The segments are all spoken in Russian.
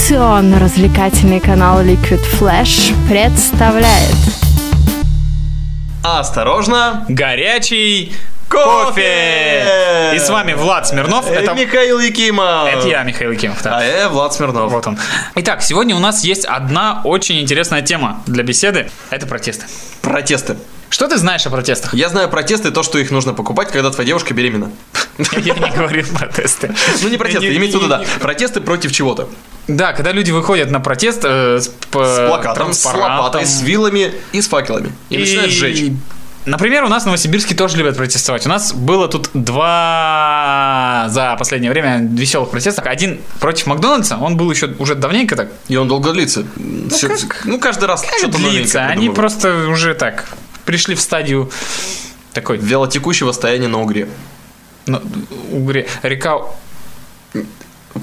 Информационно-развлекательный канал Liquid Flash представляет Осторожно! Горячий кофе! И с вами Влад Смирнов. Э, Это, Михаил Якимов! это я, Михаил Якимов. да. А я Влад Смирнов. Вот он. Итак, сегодня у нас есть одна очень интересная тема для беседы. Это протесты. Протесты. Что ты знаешь о протестах? Я знаю протесты, и то, что их нужно покупать, когда твоя девушка беременна. Я не говорил протесты. Ну не протесты, Не- имеется в виду, да. не- Протесты против чего-то. Да, когда люди выходят на протест э, с, п- С плакатом, с транспарантом. лопатой, с вилами и с факелами. И начинают сжечь. Например, у нас в Новосибирске тоже любят протестовать. У нас было тут два за последнее время веселых протеста. Один против Макдональдса, он был еще уже давненько так. И он долго длится. Ну, как- ну каждый раз что-то длится. новенькое Они придумывают. просто уже так пришли в стадию такой Вялотекущего состояния на угре. ну, угре- река.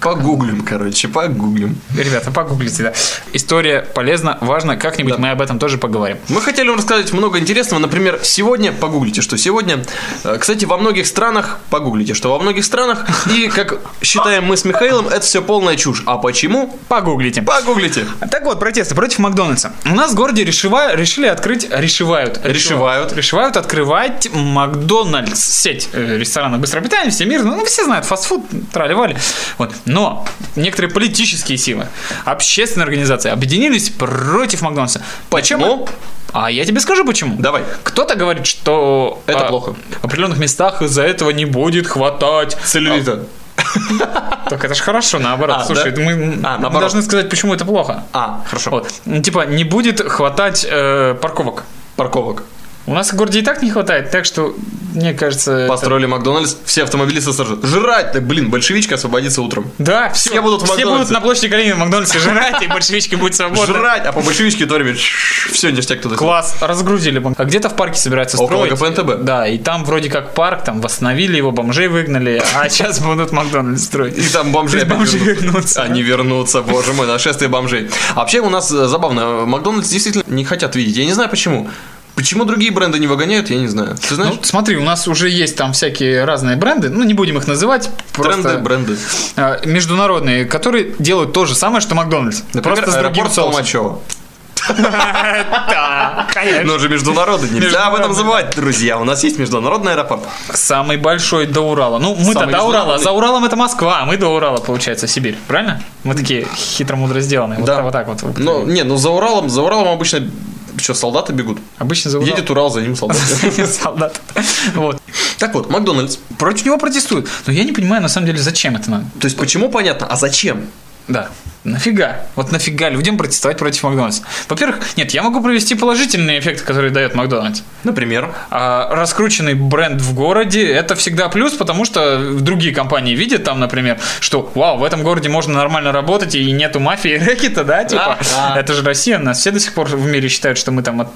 Погуглим, короче, погуглим. Ребята, погуглите, да. История полезна, важна. Как-нибудь мы об этом тоже поговорим. Мы хотели вам рассказать много интересного. Например, сегодня, погуглите, что сегодня. Э, Кстати, во многих странах, погуглите, что во многих странах. И, как считаем мы с Михаилом, это все полная чушь. А почему? Погуглите. Погуглите. Так вот, протесты против Макдональдса. У нас в городе решива- решили открыть... Решивают. Решивают. Решивают открывать Макдональдс. Сеть э, ресторанов быстрого питания, всемирно. Ну, все знают, фастфуд, трали-вали. Вот. Но некоторые политические силы, общественные организации объединились против Макдональдса. Почему? А я тебе скажу почему. Давай. Кто-то говорит, что... Это а, плохо. В определенных местах из-за этого не будет хватать... Целлюлита. А, Так это же хорошо, наоборот. А, Слушай, да? мы, А, мы наоборот. должны сказать, почему это плохо. А, хорошо. Вот. Ну, Типа, не будет хватать э, парковок. Парковок. У нас в городе и так не хватает, так что, мне кажется... это- Построили Макдональдс, все автомобилисты сожрут. Жрать, так, блин, большевичка освободится утром. Да, все, Все будут в все будут Макдональдсе. на площади Калинина в Макдональдсе жрать, и большевички будут свободны. Жрать, а по большевичке то время все ништяк туда. Класс, разгрузили. бом- А где-то в парке собираются Около строить. КПНТБ. Да, и там вроде как парк, там восстановили его, бомжей выгнали, а сейчас будут Макдональдс строить. И там бомжи Пусть опять бомжи вернутся. вернутся. Они вернутся, боже мой, нашествие бомжей. А вообще у нас э, забавно, Макдональдс действительно не хотят видеть. Я не знаю почему. Почему другие бренды не выгоняют, я не знаю. Ты знаешь? Ну, смотри, у нас уже есть там всякие разные бренды, ну, не будем их называть, просто... Тренды, бренды. А, международные, которые делают то же самое, что Макдональдс. Например, просто с другим аэропорт соусом. Толмачева. Да, Но конечно. он же международный, нельзя об этом Международный. забывать, друзья. У нас есть международный аэропорт. Самый большой до Урала. Ну, мы-то Самый до Урала, а международный. за Уралом это Москва, а мы до Урала, получается, Сибирь. Правильно? Мы такие хитро-мудро сделаны. Вот Да. так- Вот так вот. Ну, не, ну за Уралом, за Уралом обычно что, солдаты бегут. Обычно за Урал. Едет Урал, за ним солдаты. солдат. Вот. Так вот, Макдональдс. Против него протестуют. Но я не понимаю, на самом деле, зачем это надо. То есть почему понятно, а зачем? Да. Нафига? Вот нафига людям протестовать против Макдональдса? Во-первых, нет, я могу провести положительные эффекты, которые дает Макдональдс. Например, А раскрученный бренд в городе это всегда плюс, потому что другие компании видят там, например, что вау, в этом городе можно нормально работать и нету мафии и рэкета, да, типа. Да, да. Это же Россия, нас все до сих пор в мире считают, что мы там от-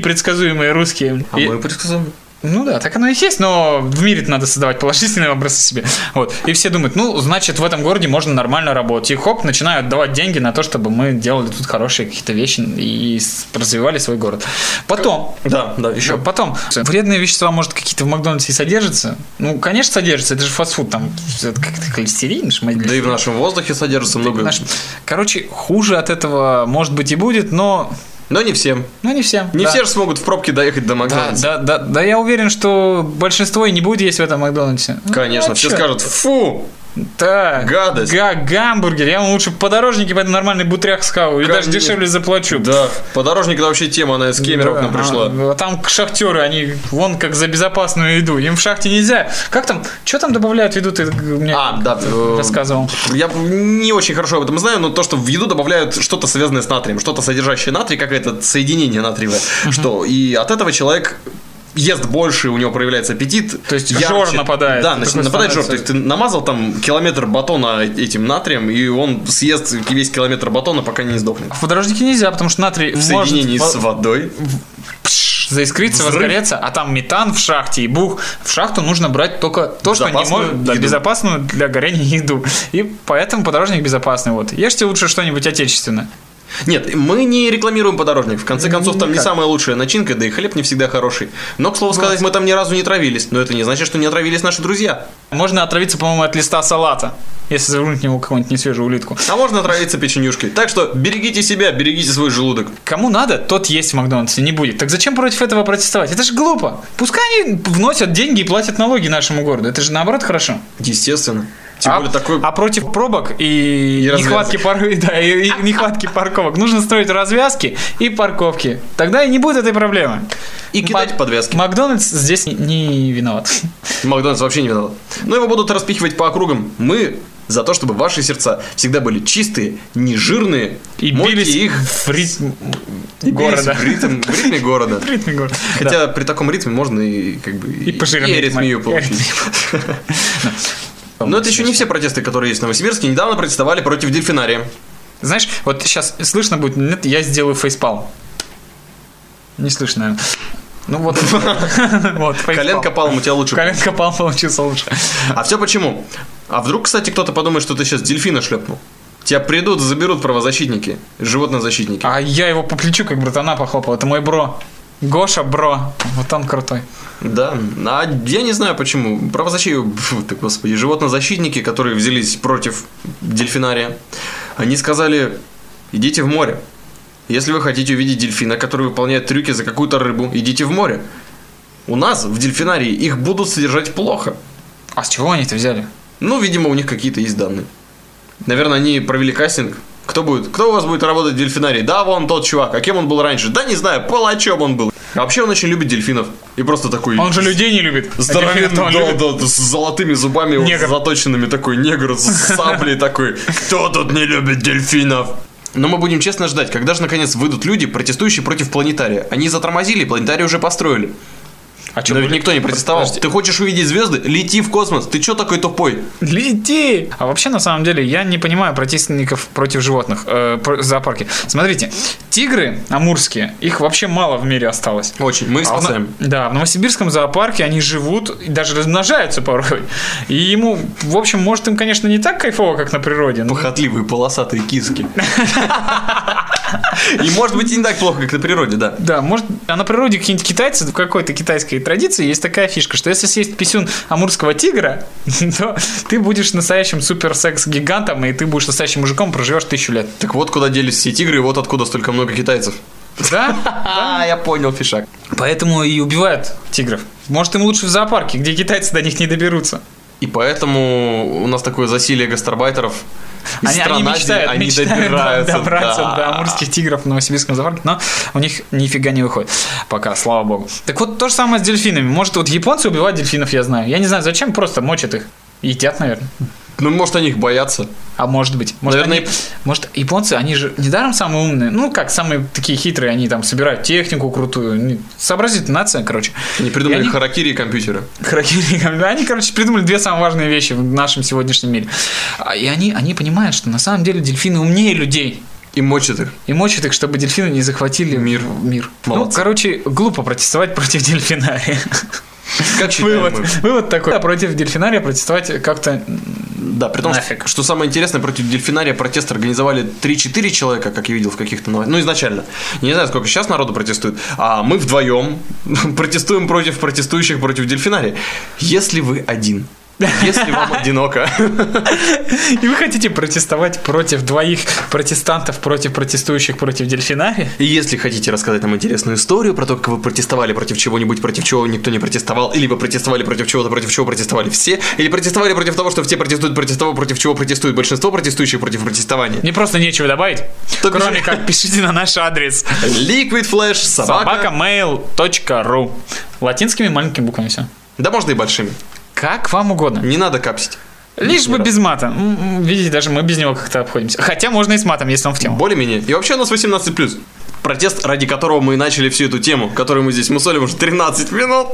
непредсказуемые русские. а И- мы предсказуем. Ну да, так оно и есть, но в мире надо создавать положительные образы себе. Вот. И все думают, ну, значит, в этом городе можно нормально работать. И хоп, начинают давать деньги на то, чтобы мы делали тут хорошие какие-то вещи и с- развивали свой город. Потом, Да, да, еще. Потом, вредные вещества, может, какие-то в Макдональдсе и содержатся. Ну, конечно, содержатся, это же фастфуд, там это как-то холестерин, шмаль- Да и в нашем воздухе содержится много. Типа Наш- Короче, хуже от этого, может быть, и будет, но... Но не всем. Ну, не всем. Не да. все же смогут в пробке доехать до Да, Макдональдса. да, да, да, я уверен, что большинство и не будет есть в этом Макдональдсе. Ну, Конечно, а все чё? скажут, фу, Да. гадость. Га гамбургер, я вам лучше подорожники пойду нормальный бутрях схаваю и даже Конечно. дешевле заплачу. Да, подорожник это вообще тема, она из Кемеров к нам Да, пришла. А, а там шахтеры, они вон как за безопасную еду. Им в шахте нельзя. Как там? Что там добавляют в еду? Ты мне А, да, э, рассказывал. Я не очень хорошо об этом знаю, но то, что в еду добавляют что-то связанное с натрием, что-то содержащее натрий, какое-то соединение натриевое, что и от этого человек ест больше, у него проявляется аппетит. То есть жор нападает. Да, Такой нач- нападает жор. становится. То есть ты намазал там километр батона этим натрием, и он съест весь километр батона, пока не сдохнет. А В подорожнике нельзя, потому что натрий В может соединении во- с водой. пш, заискриться, Взрыв. возгореться, а там метан в шахте и бух. В шахту нужно брать только то, что не Безопасную может да, еду. безопасную для горения еду. И поэтому подорожник безопасный. Вот. Ешьте лучше что-нибудь отечественное. Нет, мы не рекламируем подорожник. В конце концов, там не Никак. Ну, самая лучшая начинка, да и хлеб не всегда хороший. Но, к слову сказать, мы там ни разу не травились. Но это не значит, что не отравились наши друзья. Можно отравиться, по-моему, от листа салата. если завернуть в него какую-нибудь несвежую улитку. А можно отравиться печенюшкой. Так что берегите себя, берегите свой желудок. Кому надо, тот есть в Макдональдсе, не будет. Так зачем против этого протестовать? Это же глупо. Пускай они вносят деньги и платят налоги нашему городу. Это же наоборот хорошо. Естественно. Тем а, более такой... а против пробок и, И нехватки, пар- да, и- и нехватки парковок нужно строить развязки и парковки. Тогда и не будет этой проблемы. И кидать подвески. Макдональдс здесь не- не виноват. Макдональдс вообще не виноват. Но его будут распихивать по округам. Мы за то, чтобы ваши сердца всегда были чистые, нежирные. И мойте бились их в ритм и бились города. в, ритм, в ритме города. В ритме города. Да. Хотя при таком ритме можно и как бы и, пожирнее и аритмию тьма- получить. Но ну, это еще не все протесты, которые есть в Новосибирске. Недавно протестовали против дельфинария. Знаешь, вот сейчас слышно будет, нет, я сделаю фейспалм. Не слышно, наверное. Ну вот. Вот, фейспалм. Коленка палом у тебя лучше. Коленка палм получился лучше. А все почему? А вдруг, кстати, кто-то подумает, что ты сейчас дельфина шлепнул? Тебя придут, заберут правозащитники, животнозащитники. А я его по плечу как братана похлопал. Это мой бро. Гоша бро. Вот он крутой. Да, а я не знаю почему. Правозащитники, фу ты господи, животнозащитники, которые взялись против дельфинария, они сказали, идите в море. Если вы хотите увидеть дельфина, который выполняет трюки за какую-то рыбу, идите в море. У нас в дельфинарии их будут содержать плохо. А с чего они это взяли? Ну, видимо, у них какие-то есть данные. Наверное, они провели кастинг. Кто будет? Кто у вас будет работать в дельфинарии? Да, вон тот чувак. А кем он был раньше? Да не знаю, палачом он был. А вообще он очень любит дельфинов. И просто такой... Он же людей не любит. А Здоровенный, дельфинов-то он любит. да, да, с золотыми зубами, вот, Негр. с заточенными, такой негр с саблей такой. Кто тут не любит дельфинов? Но мы будем честно ждать, когда же наконец выйдут люди, протестующие против планетария. Они затормозили, планетарий уже построили. А чё Но ведь будет? никто не протестовал. Подожди. Ты хочешь увидеть звезды? Лети в космос. Ты чё такой тупой? Лети! А вообще, на самом деле, я не понимаю протестников против животных э, про- зоопарки. Смотрите, тигры амурские, их вообще мало в мире осталось. Очень, мы их А в спасаем. Но- да, в новосибирском зоопарке они живут и даже размножаются порой. И ему, в общем, может им, конечно, не так кайфово, как на природе. но- Похотливые полосатые киски. И может быть и не так плохо, как на природе, да. Да, может, а на природе какие-нибудь китайцы, в какой-то китайской традиции есть такая фишка, что если съесть писюн амурского тигра, то ты будешь настоящим суперсекс-гигантом, и ты будешь настоящим мужиком, проживешь тысячу лет. Так вот куда делись все тигры, и вот откуда столько много китайцев. Да? А, я понял, фишак. Поэтому и убивают тигров. Может, им лучше в зоопарке, где китайцы до них не доберутся. И поэтому у нас такое засилие гастарбайтеров. Из Они, стран они Азии мечтают, они мечтают добираются. добраться да. до амурских тигров в новосибирском зоопарке, но у них нифига не выходит пока, слава богу. Так вот, то же самое с дельфинами. Может, вот японцы убивают дельфинов, я знаю. Я не знаю, зачем, просто мочат их. Едят, наверное. Ну, может, они их боятся. А может быть. Может, Наверное, они- может, японцы, они же недаром самые умные. Ну, как, самые такие хитрые, они там собирают технику крутую. Они- Сообразительная нация, короче. Они И придумали они- харакири и компьютеры. Крокодилы. Они, короче, придумали две самые важные вещи в нашем сегодняшнем мире. А, И они, они понимают, что на самом деле дельфины умнее людей. И мочат их. И мочат их, чтобы дельфины не захватили Мир. мир. Ну, Молодцы. короче, глупо протестовать против дельфинария. Как считаем Вывод, мы? вывод такой. Да, против дельфинария протестовать как-то... Да, при том, Нафиг. что, что самое интересное, против дельфинария протест организовали 3-4 человека, как я видел в каких-то новостях. Ну, изначально. Я не знаю, сколько сейчас народу протестует. А мы вдвоем протестуем против протестующих против дельфинария. Если вы один. Если вам одиноко. И вы хотите протестовать против двоих протестантов, против протестующих, против дельфинария? И Если хотите рассказать нам интересную историю про то, как вы протестовали против чего-нибудь, против чего никто не протестовал, или вы протестовали против чего-то, против чего протестовали все, или протестовали против того, что все протестуют против того, против чего протестует большинство протестующих против протестования. Мне просто нечего добавить. То кроме пиши- как пишите на наш адрес. Liquid Flash, собака. Собакамейл.ру Латинскими маленькими буквами все. Да можно и большими. Как вам угодно. Не надо капсить. Лишь Лишний бы раз. без мата. М, м, Видите, даже мы без него как-то обходимся. Хотя можно и с матом, если он в тему. Более-менее. И вообще у нас 18+. Протест, ради которого мы и начали всю эту тему, которую мы здесь мусолим уже 13 минут.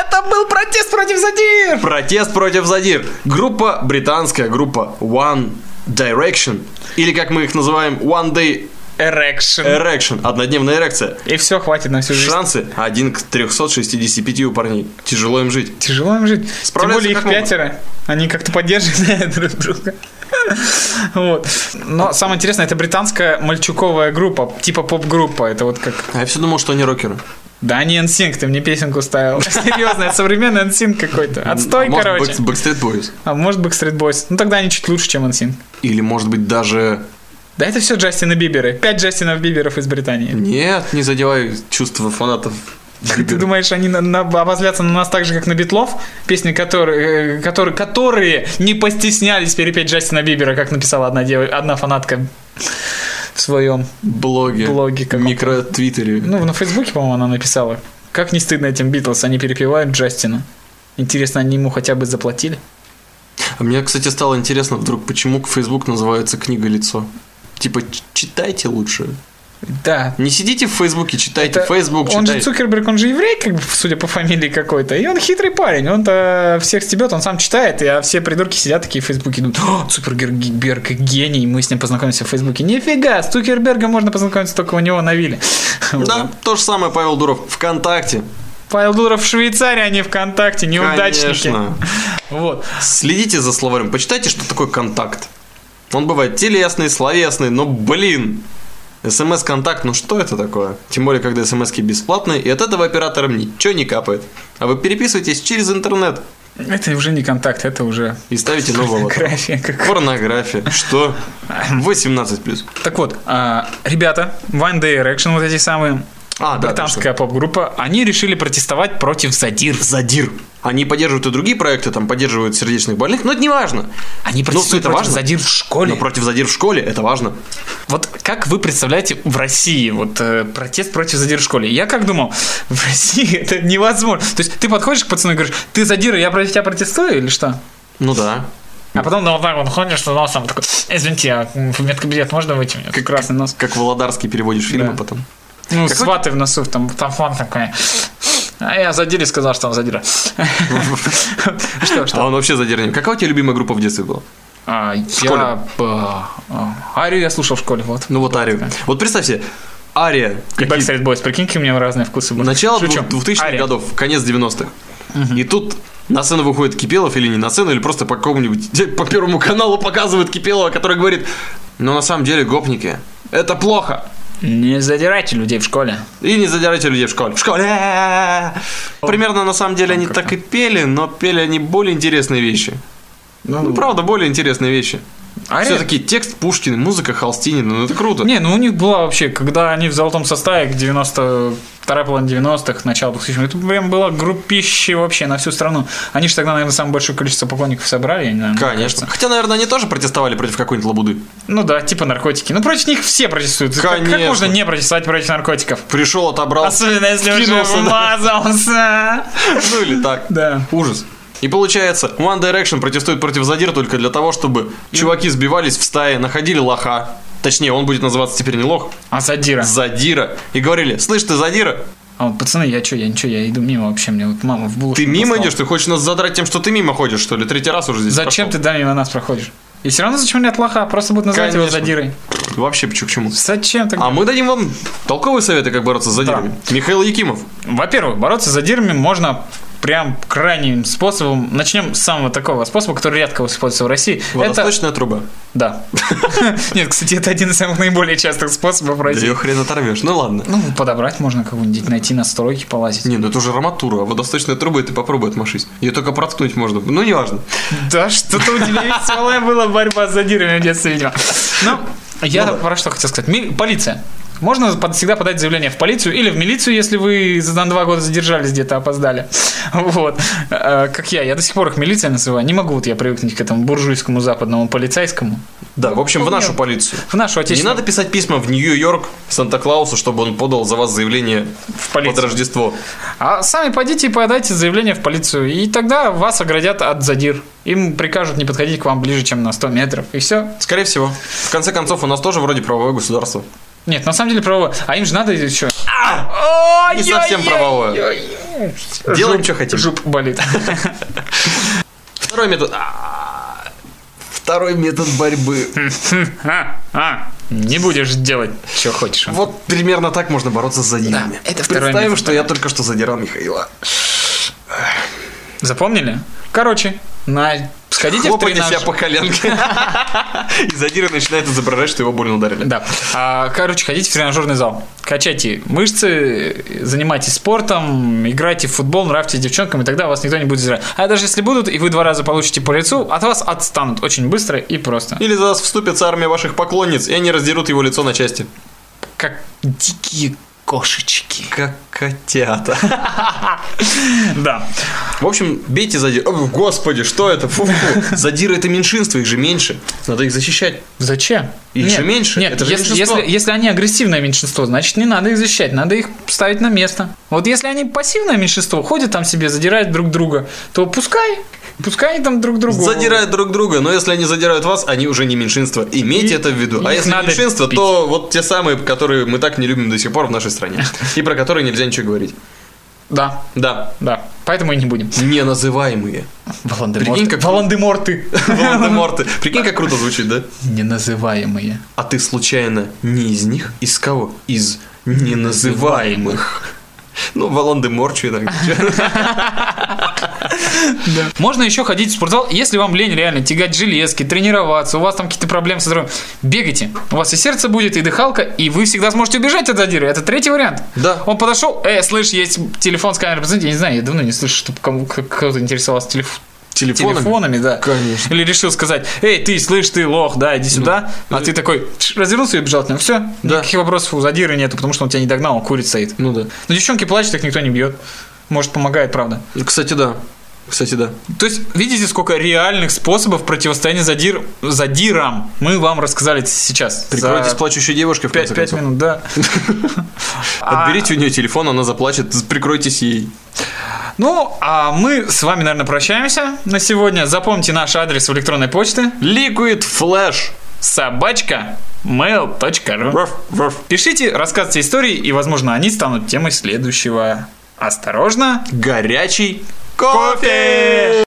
Это был протест против задир! Протест против задир. Группа, британская группа One Direction, или как мы их называем, One Day Эрекшн. Erection, однодневная эрекция. И все, хватит на всю жизнь. Шансы 1 к 365 у парней. Тяжело им жить. Тяжело им жить. Тем Справляются более их как могут. пятеро. Они как-то поддерживают друг друга. Вот. Но самое интересное, это британская мальчуковая группа, типа поп-группа. Это вот как... А я все думал, что они рокеры. Да не NSYNC, ты мне песенку ставил. Серьезно, это современный NSYNC какой-то. Отстой, А может, короче. Back- Backstreet Boys. А может Backstreet Boys. Ну тогда они чуть лучше, чем NSYNC. Или, может быть, даже... Да это все Джастины Биберы. Пять Джастинов Биберов из Британии. Нет, не задевай чувства фанатов. Ты думаешь, они на, на- обозлятся на нас так же, как на Битлов? Песни, которые, э, которые, которые не постеснялись перепеть Джастина Бибера, как написала одна, дев... одна фанатка в своем Блоги. блоге. каком-то. Микротвиттере. Ну, на Фейсбуке, по-моему, она написала. Как не стыдно этим Битлз, они перепевают Джастина. Интересно, они ему хотя бы заплатили? А мне, кстати, стало интересно вдруг, почему Facebook называется «Книга лицо». Типа, ч- читайте лучше. Да. Не сидите в Фейсбуке, читайте. Это- Фейсбук он читайте. же Цукерберг, он же еврей, как бы, судя по фамилии какой-то. И он хитрый парень. Он-то всех стебет, он сам читает, и- а все придурки сидят такие в Фейсбуке идут. О, Цукерберг гений, мы с ним познакомимся в Фейсбуке. Нифига, с Цукербергом можно познакомиться только у него на вилле. Ну Да, то же самое Павел Дуров. ВКонтакте. Павел Дуров в Швейцарии, а не ВКонтакте, неудачники. Конечно. Вот. Следите за словарем, почитайте, что такое контакт. Он бывает телесный, словесный, но, блин, СМС-контакт, ну что это такое? Тем более, когда смс бесплатные, и от этого операторам ничего не капает. А вы переписываетесь через интернет Это уже не контакт, это уже и ставите нового. аватара. фотография какая-то. Порнография. Что? 18+. Так вот, а, ребята, One Direction, вот эти самые, А, да. британская поп-группа, они решили протестовать против задир. точно. Задир. Они поддерживают и другие проекты, там поддерживают сердечных больных, но это не важно. Они Ну, протестуют это против важно. Ну, задир в школе. Но против задир в школе это важно. Вот как вы представляете в России вот э, протест против задир в школе? Я как думал, в России это невозможно. То есть ты подходишь к пацану и говоришь, ты задир, я против тебя протестую или что? Ну да. А потом на он ходишь, что носом такой, извините, а в медкабинет можно выйти? У меня тут красный нос. Как Володарский переводишь фильмы Да. потом. Ну, Какой- с ватой в носу, там, там фон такой. А я задире сказал, что он задира. Что, что? А он вообще задирнем. Какая у тебя любимая группа в детстве была? А, школе. Я... а, а, Арию я слушал в школе, вот. Ну вот Арию. Вот представь себе, Ария. И какие- Backstreet Boys, прикиньте, у меня разные вкусы были. Ну, Начало Шучу. 2000-х Ария. годов, конец 90-х. И тут на сцену выходит Кипелов или не на сцену, или просто по какому-нибудь, по Первому каналу показывают Кипелова, который говорит, ну на самом деле гопники, это плохо. Не задирайте людей в школе. И не задирайте людей в школе. В школе! Примерно на самом деле они так и пели, но пели они более интересные вещи. Ну, правда, более интересные вещи. Ария- Все-таки текст Пушкина, музыка Холстинина, ну это круто. Не, ну у них была вообще, когда они в золотом составе, к 90 вторая половина 90-х, начало 2000-х, это прям было группище вообще на всю страну. Они же тогда, наверное, самое большое количество поклонников собрали, я не знаю. мне Конечно. кажется. Хотя, наверное, они тоже протестовали против какой-нибудь лабуды. Ну да, типа наркотики. Ну против них все протестуют. Как- Как, Конечно. А, можно не протестовать против наркотиков? Пришел, отобрал. Особенно если уже Вкинулся, да. вмазался. Ну или так. Да. Ужас. И получается, One Direction протестует против задир только для того, чтобы чуваки сбивались в стае, находили лоха. Точнее, он будет называться теперь не лох, А задира. задира. И говорили, слышь, ты задира, А вот, пацаны, я что, я ничего, я иду мимо вообще, мне вот мама в булочку ты мимо послала. идешь, ты хочешь нас задрать тем, что ты мимо ходишь, что ли? Третий раз уже здесь Зачем ты, прошел. да, мимо нас проходишь? И все равно зачем нет лоха, просто будут называть его Конечно. задирой. Вообще, почему к чему? Зачем тогда? А мы дадим вам толковые советы, как бороться с задирами. Михаил Якимов. Во-первых, бороться с задирами можно прям крайним способом. Начнем с самого такого способа, который редко используется в России. Это... Водосточная труба. Да. Нет, кстати, это один из самых наиболее частых способов в Да ее России. хрен оторвешь. Ну ладно. Ну, подобрать можно какую-нибудь, найти настройки, полазить. Не, ну это уже арматура, а водосточной трубой ты попробуй отмашись. Ее только проткнуть можно. Ну, неважно. Да, что-то у тебя веселая была борьба с задирами в детстве, видимо. Ну, я Ну да. про что хотел сказать. Ми- Полиция. Можно под- всегда подать заявление в полицию или в милицию, если вы за на два года задержались где-то, опоздали. Вот. Э, Как я. Я до сих пор их милиция называю. Не могу вот я привыкнуть к этому буржуйскому западному полицейскому. Да, в общем, в нашу полицию. В нашу Не отечественную надо писать письма в Нью-Йорк Санта-Клаусу, чтобы он подал за вас заявление в под полицию. Рождество. А сами пойдите и подайте заявление в полицию. И тогда вас оградят от задир. Им прикажут не подходить к вам ближе, чем на 100 метров. И все. Скорее всего. В конце концов, у нас тоже вроде правовое государство. Нет, на самом деле правовое. А им же надо еще. Не совсем правовое. Делаем, что хотим. Жуп болит. Второй метод. А, Второй метод борьбы. А, а, Не будешь делать, что хочешь. Вот примерно так можно бороться с задирами. это второй Представим, метод что я только что задирал Михаила. Запомнили? Короче, на... Сходите в Хлопайте тренаж. себя по коленке. И задира начинает изображать, что его больно ударили. Да. А, короче, ходите в тренажерный зал, качайте мышцы, занимайтесь спортом, играйте в футбол, нравьтесь девчонкам, и тогда вас никто не будет зря. А даже если будут, и вы два раза получите по лицу, от вас отстанут очень быстро и просто. Или за вас вступится армия ваших поклонниц, и они раздерут его лицо на части. Как дикие кошечки. Как котята. Да. В общем, бейте задир. О, господи, что это? Фу -фу. Задиры это меньшинство, их же меньше. Надо их защищать. Зачем? Их же меньше, Нет, это же если, меньшинство. если, если они агрессивное меньшинство, значит не надо их защищать, надо их ставить на место. Вот если они пассивное меньшинство, ходят там себе, задирают друг друга, то пускай, пускай они там друг другу. Задирают друг друга, но если они задирают вас, они уже не меньшинство. Имейте И- это в виду. А их если надо меньшинство, пить. то вот те самые, которые мы так не любим до сих пор в нашей стране. И про которые нельзя ничего говорить. Да, Да. да. Поэтому и не будем. Неназываемые. Прикинь, как- Волан-де-морты. Волан-де-морты. Прикинь, как круто звучит, да? Неназываемые. А ты случайно не из них? Из кого? Из неназываемых. Ну, Волан-де-Морчу иногда. Можно еще ходить в спортзал, если вам лень реально тягать железки, тренироваться, у вас там какие-то проблемы со здоровьем. Бегайте. У вас и сердце будет, и дыхалка, и вы всегда сможете убежать от задира. Это третий вариант. Да. Он подошел, э, слышь, есть телефон с камерой. Знаете, я не знаю, я давно не слышу, чтобы кому к- кто-то интересовался телеф- Телефонами? телефонами, да. Конечно. Или решил сказать, эй, ты, слышь, ты лох, да, иди сюда. а ты такой, тш, развернулся и убежал от него. Все, Да. никаких вопросов у задира нету, потому что он тебя не догнал, он курит стоит. Ну да. Но девчонки плачут, их никто не бьет. Может, помогает, правда. Кстати, да. Кстати, да. То есть, видите, сколько реальных способов противостояния задир... задирам мы вам рассказали сейчас. Прикройтесь плачущей девушкой в 5, конце 5 концов. минут, да. А, Отберите у нее телефон, она заплачет, прикройтесь ей. Ну, а мы с вами, наверное, прощаемся на сегодня. Запомните наш адрес в электронной почты Liquid Flash. собачка mail.ru Раф, раф. Пишите, рассказывайте истории, и, возможно, они станут темой следующего. Осторожно, Горячий Кофе!